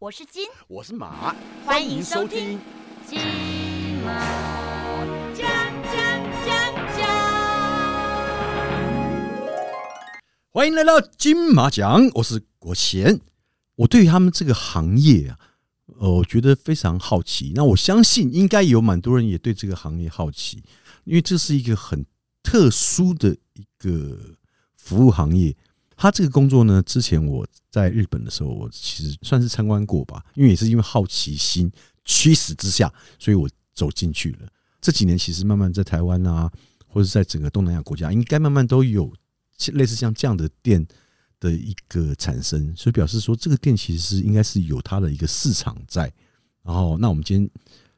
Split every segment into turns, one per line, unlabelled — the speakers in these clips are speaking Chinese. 我是金，
我是马，
欢迎收听。金马奖奖奖奖。
欢迎来到金马奖，我是国贤。我对于他们这个行业啊，呃，我觉得非常好奇。那我相信应该有蛮多人也对这个行业好奇，因为这是一个很特殊的一个服务行业。他这个工作呢，之前我在日本的时候，我其实算是参观过吧，因为也是因为好奇心驱使之下，所以我走进去了。这几年其实慢慢在台湾啊，或者在整个东南亚国家，应该慢慢都有类似像这样的店的一个产生，所以表示说这个店其实是应该是有它的一个市场在。然后，那我们今天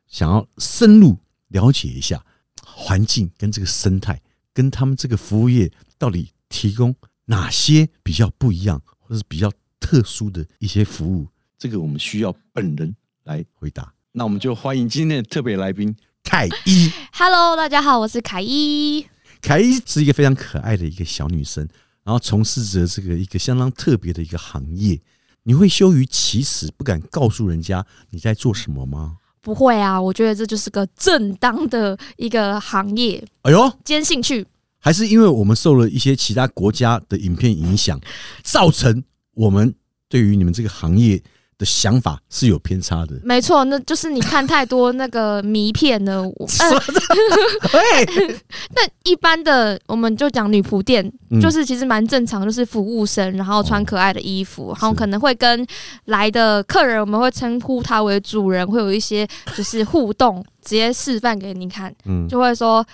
想要深入了解一下环境跟这个生态，跟他们这个服务业到底提供哪些比较不一样，或者是比较特殊的一些服务，这个我们需要本人来回答。那我们就欢迎今天的特别来宾凯一。
Hello，大家好，我是凯伊。
凯伊是一个非常可爱的一个小女生，然后从事着这个一个相当特别的一个行业。你会羞于启齿，不敢告诉人家你在做什么吗？
不会啊，我觉得这就是个正当的一个行业，
哎呦，
兼兴趣。
还是因为我们受了一些其他国家的影片影响，造成我们对于你们这个行业的想法是有偏差的。
没错，那就是你看太多那个迷片呢。我呃，
喂，
那一般的我们就讲女仆店，
嗯
就是其实蛮正常，就是服务生，然后穿
哦
可爱的衣服，然后
是
可能会跟来的客人，我们会称呼他为主人，会有一些就是互动，直接示范给你看，
嗯，
就会说。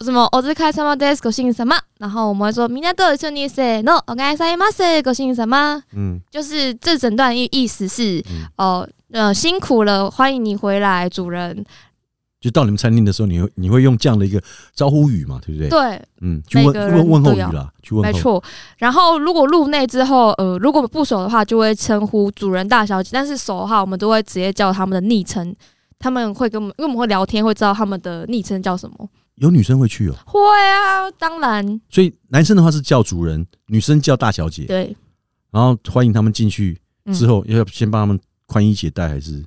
什么？我是开什么 desk 姓什么？然后我们会说，明天都有兄弟 say no，我该 say m u s 姓什么？
嗯，
就是这整段意意思是
嗯，
哦、呃，辛苦了，欢迎你回来，主人。
就到你们餐厅的时候，你会你会用这样的一个招呼语嘛，对不对？
对，
嗯，去
每
问
个人
问问候
都
语
要
啦，去问
没
候。
错。然后如果入内之后，呃，如果不熟的话，就会称呼主人大小姐；但是熟的话，我们都会直接叫他们的昵称。他们会跟我们，因为我们会聊天，会知道他们的昵称叫什么。
有女生会去哦，
会啊，当然，
所以男生的话是叫主人，女生叫大小姐，
对，
然后欢迎他们进去
嗯
之后，要先帮他们宽衣解带，还 是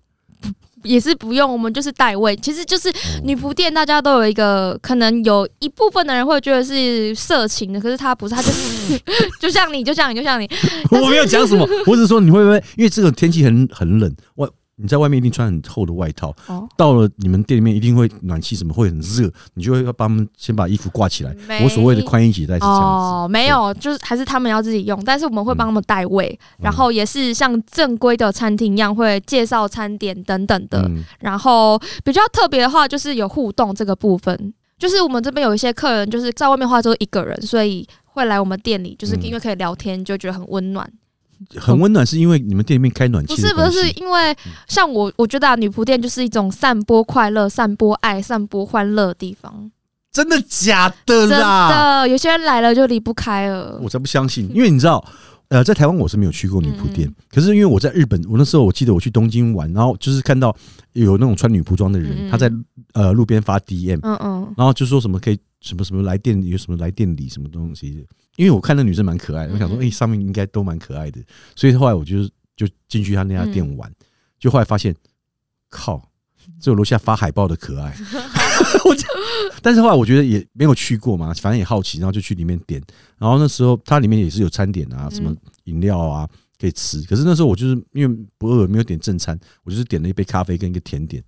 也是不用，我们就是代位。其实就是
哦
女仆店，大家都有一个，可能有一部分的人会觉得是色情的，可是他不是，他就是 就像你，就像你，就像你，
我没有讲什 么，我只是说你会不会因为这个天气很很冷，外你在外面一定穿很厚的外套，
哦
到了你们店里面一定会暖气什么会很热，你就会要帮他们先把衣服挂起来。
没
我所谓的宽衣解带是这样子，
哦，没有，就是还是他们要自己用，但是我们会帮他们代位，
嗯
然后也是像正规的餐厅一样会介绍餐点等等的。
嗯
然后比较特别的话，就是有互动这个部分，就是我们这边有一些客人就是在外面的话都一个人，所以会来我们店里，就是
嗯
因为可以聊天，就觉得很温暖。
很温暖，是因为你们店里面开暖
不
气
是
的
不
关系，
是，因为
嗯
像我，我觉得、啊、女仆店就是一种散播快乐、散播爱、散播欢乐的地方。
真的假的
真
啦？
的，有些人来了就离不开了。
我才不相信，因为你知道。呃，在台湾我是没有去过女仆店，
嗯
可是因为我在日本，我那时候我记得我去东京玩，然后就是看到有那种穿女仆装的人，
嗯嗯
他在呃路边发 DM，
嗯嗯，
然后就说什么可以什么什么来店有什么来店里什么东西的，因为我看那女生蛮可爱的，我想说
嗯
哎、诶上面应该都蛮可爱的，所以后来我就就进去他那
嗯
家店玩，就后来发现靠，只有楼下发海报的可 爱，我就但是后来我觉得也没有去过嘛，反正也好奇，然后就去里面点，然后那时候它里面也是有餐点
嗯
啊，什么饮料啊可以吃，可是那时候我就是因为不饿，没有点正餐，我就是点了一杯咖啡跟一个甜点，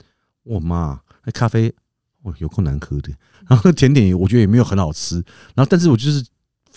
我妈那咖啡。哦，有够难喝的，然后甜点也我觉得也没有很好吃，然后但是我就是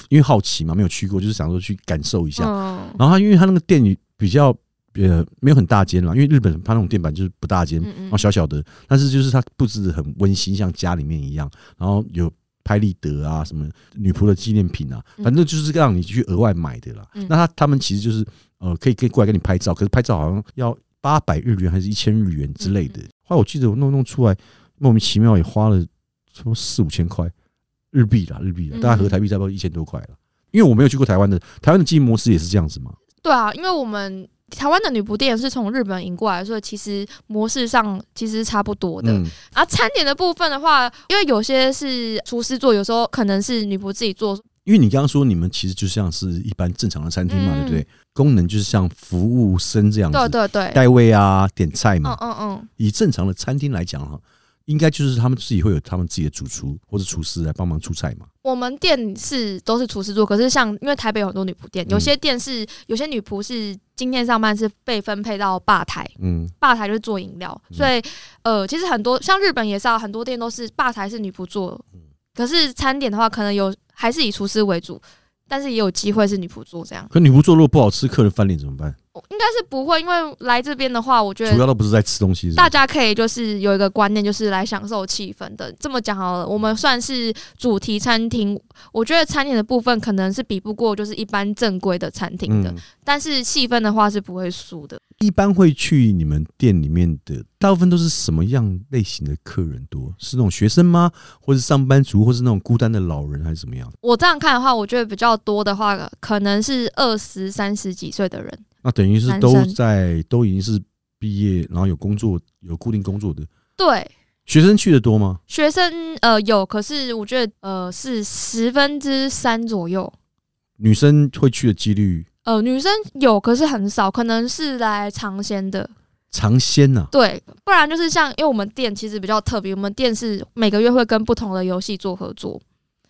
因为好奇嘛，没有去过，就是想说去感受一下。
嗯
然后他因为他那个店里比较呃没有很大间啦，因为日本他那种店板就是不大间，
嗯嗯
然哦后小小的，但是就是它布置的很温馨，像家里面一样，然后有。拍立得啊，什么女仆的纪念品啊，
嗯
反正就是让你去额外买的啦。
嗯
那他他们其实就是呃，可以可以过来跟你拍照，可是拍照好像要八百日元还是一千日元之类的。
嗯
后来我记得我弄弄出来，莫名其妙也花了差不多四五千块日币啦，日币啦，
嗯
大概合台币差不多一千多块了。因为我没有去过台湾的，台湾的经营模式也是这样子嘛。
对啊，因为我们台湾的女仆店是从日本引过来，所以其实模式上其实差不多的。
嗯，
啊，餐点的部分的话，因为有些是厨师做，有时候可能是女仆自己做，
因为你刚刚说你们其实就像是一般正常的餐厅嘛，对
嗯
不对？功能就是像服务生这样
对
子，
对对，
带位啊、点菜
嗯
嘛。
嗯嗯，
以正常的餐厅来讲哈，应该就是他们自己会有他们自己的主厨或者厨师来帮忙出菜嘛。
我们店是都是厨师做，可是像因为台北有很多女仆店，有
嗯
些店是有些女仆是今天上班是被分配到吧台，
嗯，
吧台就是做饮料，
嗯
所以呃，其实很多像日本也是啊，很多店都是吧台是女仆做，
嗯
可是餐点的话，可能有还是以厨师为主，但是也有机会是女仆做这样，
可你不做肉不好吃，客人翻脸怎么办？
我应该是不会，因为来这边的话，我觉
主
得
要都不是在吃东西是不
大
是，
家可以就是有一个观念，就是来享受气氛的。这么讲好了，我们算是主题餐厅，我觉得餐点的部分可能是比不过就是一般正规的餐厅的，
嗯，
但是气氛的话是不会输的。
一般会去你们店里面的，大部分都是什么样类型的客人多？是那种学生吗？或是上班族，或是那种孤单的老人，还是怎么样？
我这样看的话，我觉得比较多的话，可能是二十三十几岁的人。
那等于是
男
都
生
在都已经是毕业，然后有工作，有固定工作的
对，
学生去的多吗？
学生呃有，可是我觉得呃是十分之三左右。
女生会去的几率
呃，女生有，可是很少，可能是来尝鲜的。
尝鲜啊呐。
对，不然就是像，因为我们店其实比较特别，我们店是每个月会跟不同的游戏做合作，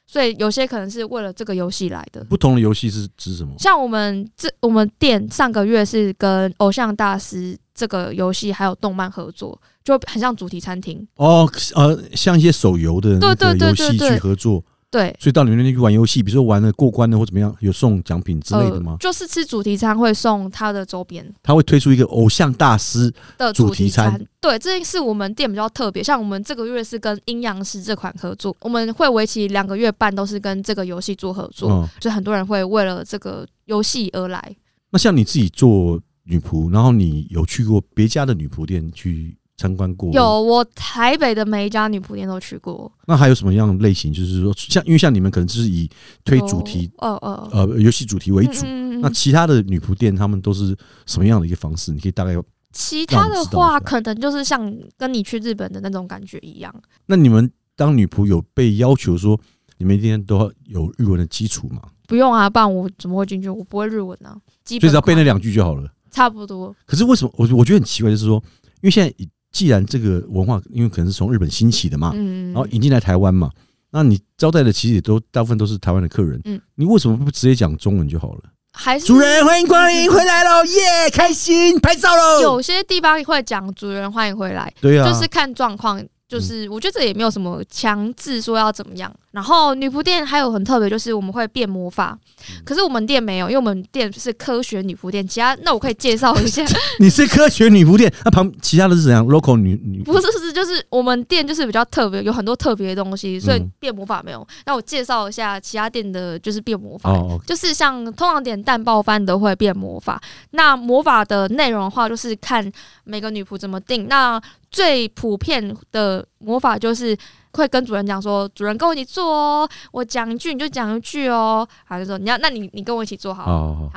所以有些可能是为了这个游戏来的。
不同的游戏是指什么？
像我们这我们店上个月是跟《偶像大师》这个游戏还有动漫合作，就很像主题餐厅。
哦，呃，像一些手游的那个
对对对
游戏
对
去
对
合作，
对，
所以到你们那边去玩游戏，比如说玩了过关的或怎么样，有送奖品之类的吗
呃？？就是吃主题餐会送它的周边
他会推出一个偶像大师，
的
主
主
题
题
餐
餐。对，这是我们店比较特别，像我们这个月是跟《阴阳师》这款合作，我们会为期两个月半都是跟这个游戏做合作。
嗯，
就很多人会为了这个游戏而来。
那像你自己做女仆，然后你有去过别家的女仆店去参观过？。
有我台北的每一家女仆店都去过，
那还有什么样的类型？就是说，像因为像你们可能就是以推主题，
有，呃呃，
呃，游戏主题为主。
嗯嗯嗯
那其他的女仆店，他们都是什么样的一个方式？你可以大概。
其他
让
的
我
话，
知道
可能就是像跟你去日本的那种感觉一样。
那你们当女仆有被要求说，你们一定都要有日文的基础嘛？
不用啊，不然我怎么会进去？我不会日文啊，
所
基
以
本
只要背那
款
两句就好了。
差不多。
可是为什么我我觉得很奇怪，就是说，因为现在既然这个文化，因为可能是从日本兴起的嘛，
嗯，
啊然后引进来台湾嘛，那你招待的其实也都大部分都是台湾的客人，
嗯
你为什么不直接讲中文就好了？
还是
主人欢迎光临，回来喽，耶，开心，拍照喽。
有些地方会讲主人欢迎回来，
对啊，嗯
就是看状况，就是我觉得这也没有什么强制说要怎么样。然后女仆店还有很特别，就是我们会变魔法，
嗯
可是我们店没有，因为我们店是科学女仆店。其他那我可以介绍一下，
你是科学女仆店，那旁其他的是怎样？local 女女
不是是就是我们店就是比较特别，有很多特别的东西，所以
嗯
变魔法没有。那我介绍一下其他店的，就是变魔法。
哦，
就是像通常点蛋爆饭都会变魔法。那魔法的内容的话，就是看每个女仆怎么定。那最普遍的魔法就是会跟主人讲说：“主人跟我一起做哦，我讲一句你就讲一句哦。”好，就说你要，那你你跟我一起做好了。
哦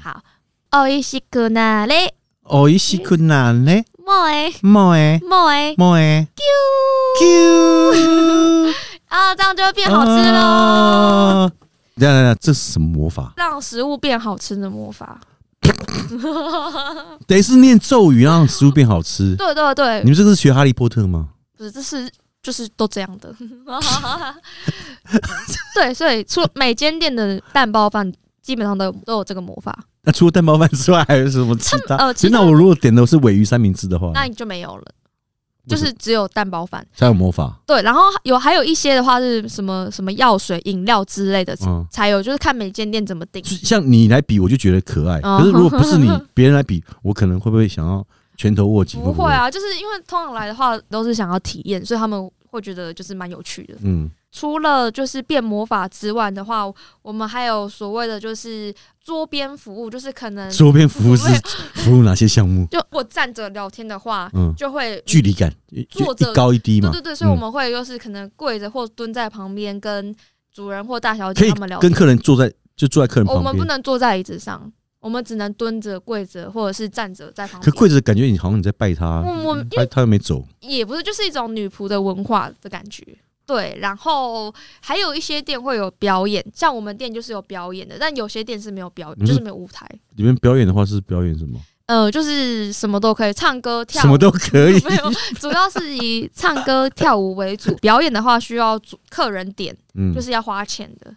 好，哦，一西格那嘞，
哦，伊西困难嘞，
莫诶
莫诶
莫诶，
莫诶，Q
啊，这样就会变好吃喽。
哦。等一下等一下，这是什么魔法？
让食物变好吃的魔法，
等于是念咒语让食物变好吃。
对对对
你，们这个是学哈利波特吗？
不是，这是就是都这样的。 对，所以除了每间店的蛋包饭，基本上都有都有这个魔法，
那除了蛋包饭之外，还有什么其他？
呃
其
其
实
他
那我如果点的是尾鱼三明治的话，
那你就没有了，
为
就
什么
是只有蛋包饭。
才有魔法。
对，然后有还有一些的话是什么什么药水、饮料之类的
嗯，
才有，就是看每间店怎么定
就。像你来比，我就觉得可爱。
哦
可是如果不是你，别人来比，我可能会不会想要拳头握紧？
不会。啊，就是因为通常来的话都是想要体验，所以他们会觉得就是蛮有趣的。
嗯，
除了就是变魔法之外的话，我们还有所谓的就是桌边服务，就是可能
周边服务是
不会
服务哪些项目？
就我站着聊天的话，
嗯，
就会
距离感就
坐着
一高一低
对
嘛
对。对，所以我
嗯
们会就是可能跪着或蹲在旁边跟主人或大小
嗯可
姐
以
他们聊
跟
天。哦
客人坐在就坐在客人
我
旁
们不
边。
能坐在椅子上，我们只能蹲着、跪着或者是站着在旁
可
边。
跪嗯着感觉你好像你在拜他，
嗯我我因
他他又没走。
也不是，就是一种女仆的文化的感觉。对，然后还有一些店会有表演，像我们店就是有表演的，但有些店是没有表
你
演，
是
就是没有舞台。
里面表演的话是表演什么？
呃，就是什么都可以，唱歌、跳舞，。
什么都可以
没有，主要是以唱歌、跳舞为主。表演的话，需要主客人点，
嗯
就，是要花钱的。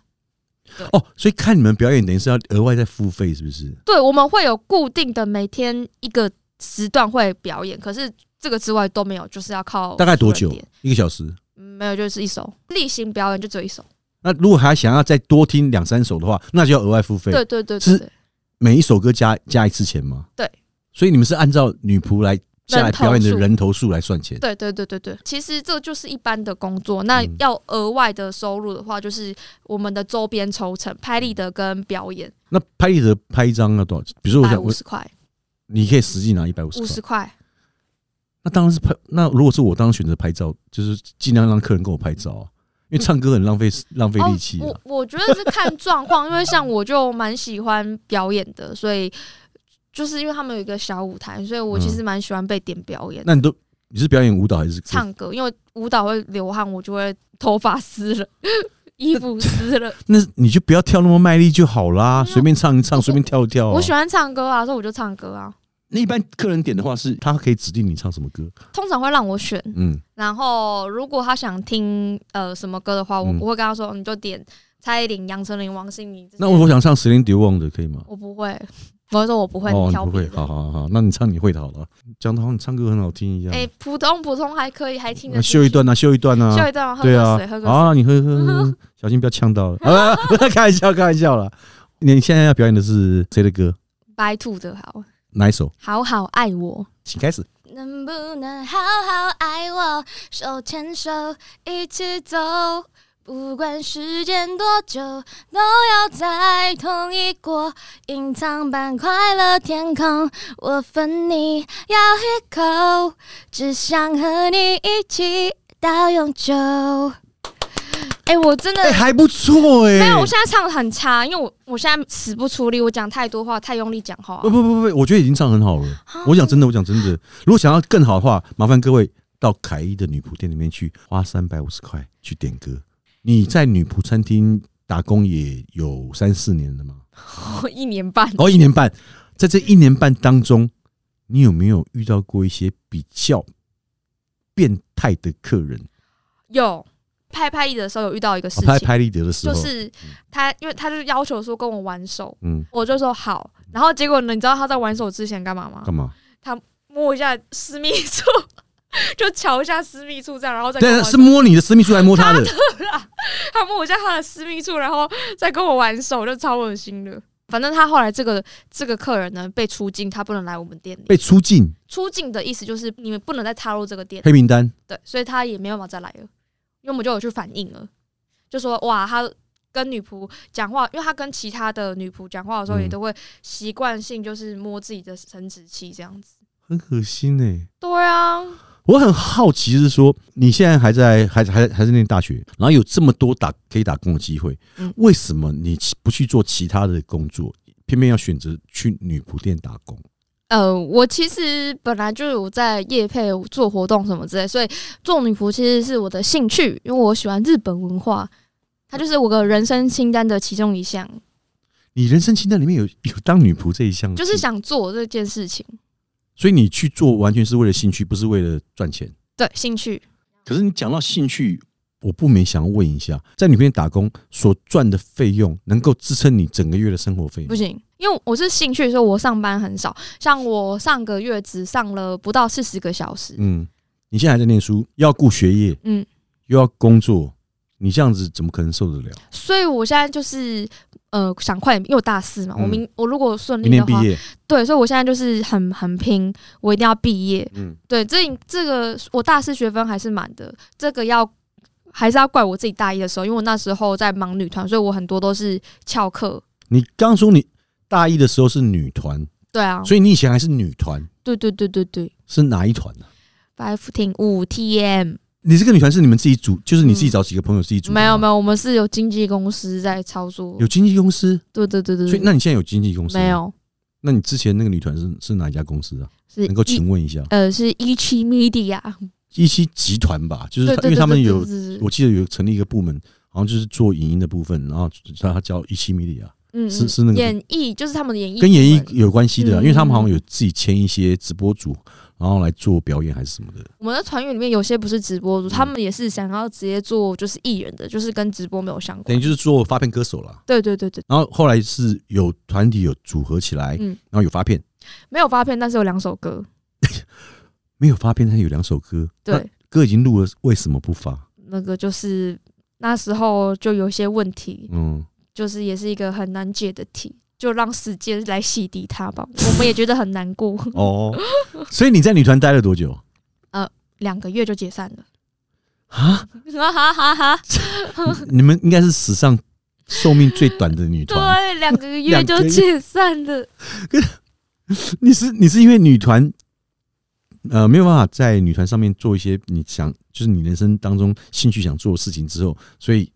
哦，所以看你们表演等于是要额外再付费，是不是？
对，我们会有固定的每天一个时段会表演，可是这个之外都没有，就是要靠
大概多
客人
久
哦点？嗯
一个小时。
没有，就是一首例行表演就只有一首。
那如果还想要再多听两三首的话，那就要额外付费。
对对对
是
对对，
每一首歌加加一次钱吗？
对。
所以你们是按照女仆来下来
人头
表演的
数
人头数来算钱。
对对对对对，其实这就是一般的工作。那
嗯
要额外的收入的话，就是我们的周边抽成、拍立得跟表演，
那拍立得拍一张要啊多少钱？比如说我
百
想
五
我，
十块，
你可以实际拿一百五十
五
块
十。块。
那当然是拍。那如果是我，当然选择拍照，就是尽量让客人跟我拍照啊，因为唱歌很浪费浪费力气啊。
哦。我我觉得是看状况，因为像我就蛮喜欢表演的，所以就是因为他们有一个小舞台，所以我其实蛮喜欢被点表演、
嗯那你都你是表演舞蹈还是？
唱歌，因为舞蹈会流汗，我就会头发湿了。衣服湿 了，
那你就不要跳那么卖力就好啦，
没有
随便唱一唱，
我
随便跳一跳啊、
我喜欢唱歌啊，所以我就唱歌啊。
那一般客人点的话是，他可以指定你唱什么歌。
通常会让我选，
嗯，
然后如果他想听呃什么歌的话，我
嗯
我会跟他说，哦你就点蔡依林、杨丞琳、王心凌这些。
那我想唱《十年蝶忘》的可以吗？
我不会， 我会说我不会，
哦，
你
你
挑
不
别
会，
的。
好好好，那你唱你会的好了。讲的好像你唱歌很好听一样，
哎、普通普通还可以，还听
那
得进
秀一
去。
段啊，秀一段啊，
笑一段，喝
对
个
啊
水，喝，个水。
啊，你喝喝喝，小心不要呛到 了。啊，不是开玩笑，开玩笑了。你现在要表演的是谁的歌？
白兔的好，
哪一首？
好好爱我。
请开始。
嗯
能不能好好爱我，手牵手一起走，不管时间多久，都要在同一国。隐藏版快乐天空，我分你咬一口，只想和你一起到永久。
哎、我真的、
哎，还不错哎。
没有，我现在唱的很差，因为我我现在死不出力，我讲太多话，太用力讲话
不。不不不，我觉得已经唱很好了。
啊
我讲真的，我讲真的，如果想要更好的话，麻烦各位到凯伊的女仆店里面去，花三百五十块去点歌。你在女仆餐厅打工也有三四年了吗？
我 一年半，
哦，一年半，在这一年半当中，你有没有遇到过一些比较变态的客人？
有拍拍立得的时候有遇到一个
哦、
事情，
拍拍立得的时
就
候，
是他，因为他就要求说跟我玩手，
嗯，
我就说好，然后结果呢，你知道他在玩手之前干嘛吗？
干嘛？
摸一下私密处， 就瞧一下私密处这样，然后再跟我
对，
玩
是摸你的私密处还摸他的，
他摸一下他的私密处，然后再跟我玩手，就超恶心的。反正他后来这个这个客人呢被出境，他不能来我们店里。
被出境
出境的意思就是你们不能再踏入这个店，
黑名单。
对，所以他也没有办法再来了。因为我们就有去反映了，就说哇，他跟女仆讲话，因为他跟其他的女仆讲话的时候，
嗯
也都会习惯性就是摸自己的生殖器这样子。
很恶心哎、
对啊，
我很好奇是说，你现在还在还还还是念大学，然后有这么多打可以打工的机会，
嗯
为什么你不去做其他的工作，偏偏要选择去女仆店打工？
呃，我其实本来就有在业配做活动什么之类，所以做女仆其实是我的兴趣，因为我喜欢日本文化，它就是我的人生清单的其中一项，
嗯你人生清单里面有有当女仆这一项，
就是，想做这件事情。
所以你去做完全是为了兴趣，不是为了赚钱。
对，兴趣
可是你讲到兴趣，我不免想问一下，在女仆店打工所赚的费用，能够支撑你整个月的生活费吗
不？行，因为我是兴趣，所以我上班很少，像我上个月只上了不到四十个小时，
嗯，你现在还在念书，要顾学业，
嗯，
又要工作，你这样子怎么可能受得了？
所以我现在就是呃想快点，因为我大四嘛，我
嗯
明我如果顺
明
利
年
的
毕
话，
业，
对，所以我现在就是很很拼，我一定要毕业。
嗯，
对，这这个我大四学分还是满的，这个要还是要怪我自己大一的时候，因为我那时候在忙女团，所以我很多都是翘课。
你刚说你大一的时候是女团，
对啊，
所以你以前还是女团，
对对对对对
是哪一团呢、啊
，F T 五 T M
你这个女团是你们自己组，就是你自己找几个朋友自己组、
嗯没有没
有，
有，我们是有经纪公司在操作。
啊有经纪公司，
对对对对
所以
对，
那你现在有经纪公司吗
嗯没？有
那你之前那个女团是是哪一家公司啊？
是
能够
一
请问一下？
呃是一七 media，
一期集团吧，就是
对
因
对
为
对
他们
对
有
对，对对
我记得有成立一个部门，好像就是做影音的部分，然后它叫一期 media，
嗯
是
嗯
是那个
演艺，就是他们的演艺
跟演艺
部门
有关系的啊，
嗯
因为他们好像有自己签一些直播组，然后来做表演还是什么的。
我们的团员里面有些不是直播
嗯
主，他们也是想要直接做就是艺人的，就是跟直播没有相
等于
关。
就是做发片歌手啦。
对对对对，
然后后来是有团体有组合起来，
嗯
然后有发片，
没有发片，但是有两首歌。
没有发片，他有两首歌，那
对，
歌已经录了，为什么不发？
那个就是那时候就有一些问题，
嗯，
就是也是一个很难解的题，就让时间来洗涤它吧。我们也觉得很难过，
哦，所以你在女团待了多久
两个月就解散了，
啊？
哈 哈哈 哈！
你你们应该是史上寿命最短的女团。
对，啊两个月
两个
就
月
解散了。
你是你是因为女团，呃，没有办法在女团上面做一些你想，就是你人生当中兴趣想做的事情之后，所以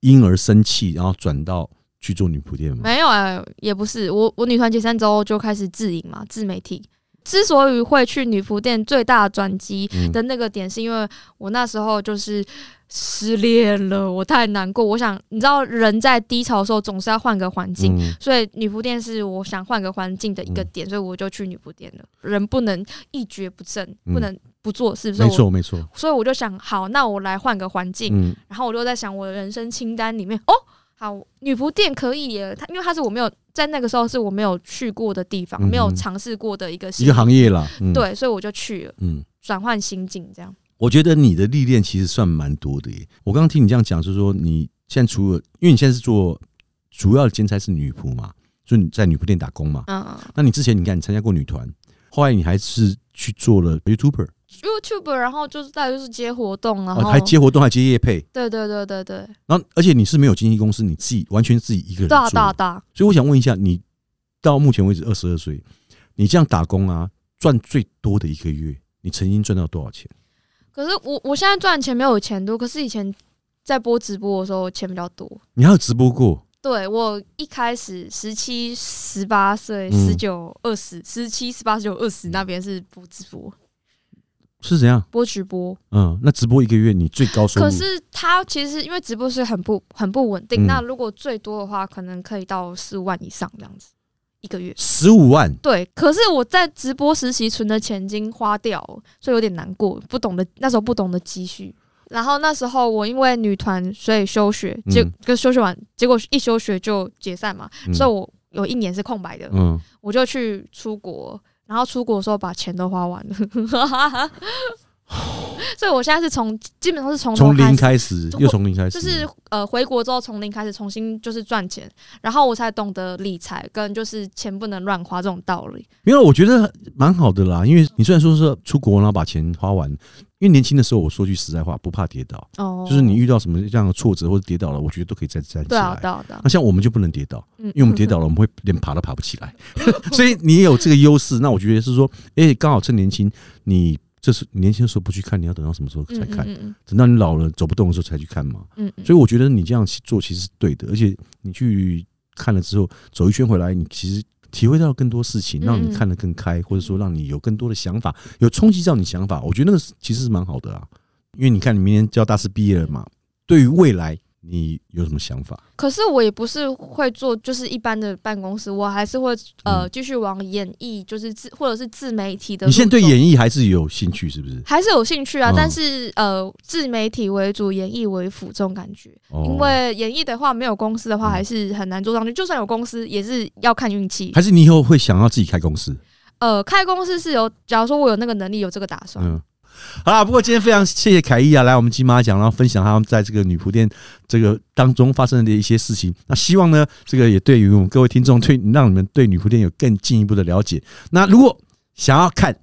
因而生气，然后转到去做女仆店吗？
没有哎、也不是。我我女团解散之后就开始自营嘛，自媒体。之所以会去女仆店，最大的转机
嗯
的那个点，是因为我那时候就是失恋了，我太难过。我想，你知道，人在低潮的时候总是要换个环境，
嗯
所以女仆店是我想换个环境的一个点，所以我就去女仆店了。人不能一蹶不振，
嗯
不能不做，是不是？
没。错，没错。
所以我就想，好，那我来换个环境，
嗯，
然后我就在想我的人生清单里面，哦，好，女仆店可以耶，它因为它是我没有在那个时候是我没有去过的地方，
嗯哼
没有尝试过的一个
一
新
个行业啦。嗯，
对，所以我就去了，
嗯，
转换心境这样。
我觉得你的历练其实算蛮多的耶。我刚刚听你这样讲，就是说你现在除了，因为你现在是做主要的兼差是女仆嘛，就你在女仆店打工嘛。
嗯嗯
那你之前你看你参加过女团，后来你还是去做了 YouTuber，
，YouTube，然后就是再来就是接活动，然
哦，
后、
还接活动，还接业配，
对对对对对，
然后而且你是没有经纪公司，你自己完全自己一个人做。
大大大，
所以我想问一下，你到目前为止二十二岁，你这样打工啊，赚最多的一个月，你曾经赚到多少钱？
可是我我现在赚钱没有以前多，可是以前在播直播的时候钱比较多。
你还有直播过？
对我一开始十七、十八岁、
嗯
十九、二十、十七、十八、十九、二十那边是播直播，
是怎样？
播直播。
嗯，那直播一个月你最高收入？
可是它其实因为直播是很不很不稳定，
嗯
那如果最多的话，可能可以到四万以上这样子一个月。
十五万，
对，可是我在直播实习存的钱已经花掉了，所以有点难过，不懂得那时候不懂得积蓄。然后那时候我因为女团，所以休学，结
嗯
跟休学完，结果一休学就解散嘛，
嗯
所以我有一年是空白的，
嗯，
我就去出国，然后出国的时候把钱都花完了， 所以我现在是从基本上是从头
从
开
零
始，
开始，又从零开始，
就是呃回国之后从零开始重新就是赚钱，然后我才懂得理财跟就是钱不能乱花这种道理。
没有，我觉得蛮好的啦。因为你虽然说是出国，然后把钱花完，因为年轻的时候，我说句实在话，不怕跌倒，
哦，
就是你遇到什么这样的挫折或者跌倒了，我觉得都可以再站起
对啊
来。
对啊对啊，
那像我们就不能跌倒，
嗯，
因为我们跌倒了，我们会连爬都爬不起 来。所以你也有这个优势，那我觉得是说，哎，刚好趁年轻，你这是你年轻的时候不去看，你要等到什么时候
嗯
才看？
嗯嗯
等到你老了走不动的时候才去看嘛。
嗯嗯，
所以我觉得你这样做其实是对的，而且你去看了之后走一圈回来，你其实体会到更多事情，
嗯
让你看得更开，或者说让你有更多的想法，有冲击到你想法。我觉得那个是其实是蛮好的啊，因为你看你明年就要大四毕业了嘛，对于未来你有什么想法？
可是我也不是会做，就是一般的办公室，我还是会呃继续往演艺，就是自或者是自媒体的
嗯
路走。
你现在对演艺还是有兴趣是不是？
还是有兴趣啊，
嗯
但是呃，自媒体为主，演艺为辅这种感觉。
哦
因为演艺的话，没有公司的话，
嗯
还是很难做上去。就算有公司，也是要看运气。
还是你以后会想要自己开公司？
呃，开公司是有，假如说我有那个能力，有这个打算。
嗯，好啦，不过今天非常谢谢凯艺啊，来我们金马奖，然后分享他们在这个女仆店这个当中发生的一些事情。那希望呢，这个也对于我们各位听众，对让你们对女仆店有更进一步的了解。那如果想要看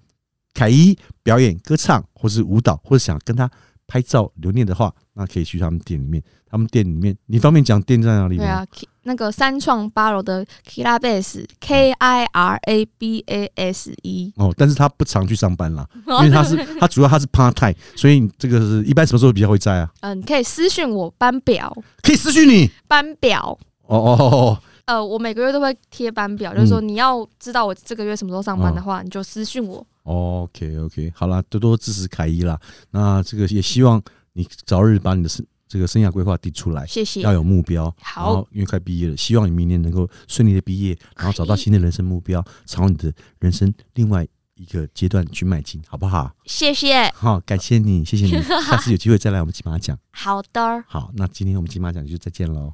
凯艺表演歌唱，或是舞蹈，或者想跟她拍照留念的话，那可以去他们店里面。他们店里面，你方便讲店在哪里吗？
对啊，K- 那个三创八楼的 Kira Base K I R A B A S E，
哦，但是他不常去上班 啦，因为他是他主要他是 part time，所以这个是一般什么时候比较会在啊？
嗯，你可以私讯我班表，
可以私讯你。
班表
哦哦哦哦，
呃，我每个月都会贴班表，就是说你要知道我这个月什么时候上班的话，你就私信我。
OK OK，好啦，多多支持凯伊啦。那这个也希望你早日把你的生这个生涯规划定出来，
谢谢
要。有目标。
好
然后因为快毕业了，希望你明年能够顺利的毕业，然后找到新的人生目标，朝你的人生另外一个阶段去迈进，好不好？
谢谢，
好，感谢你，谢 谢你，下次有机会再来我们金马奖。
好的，
好，那今天我们金马奖就再见喽。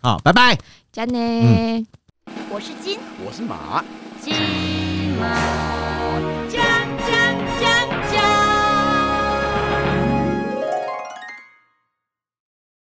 好，拜拜。
加内、
嗯
我是金
我是马。
金毛将军。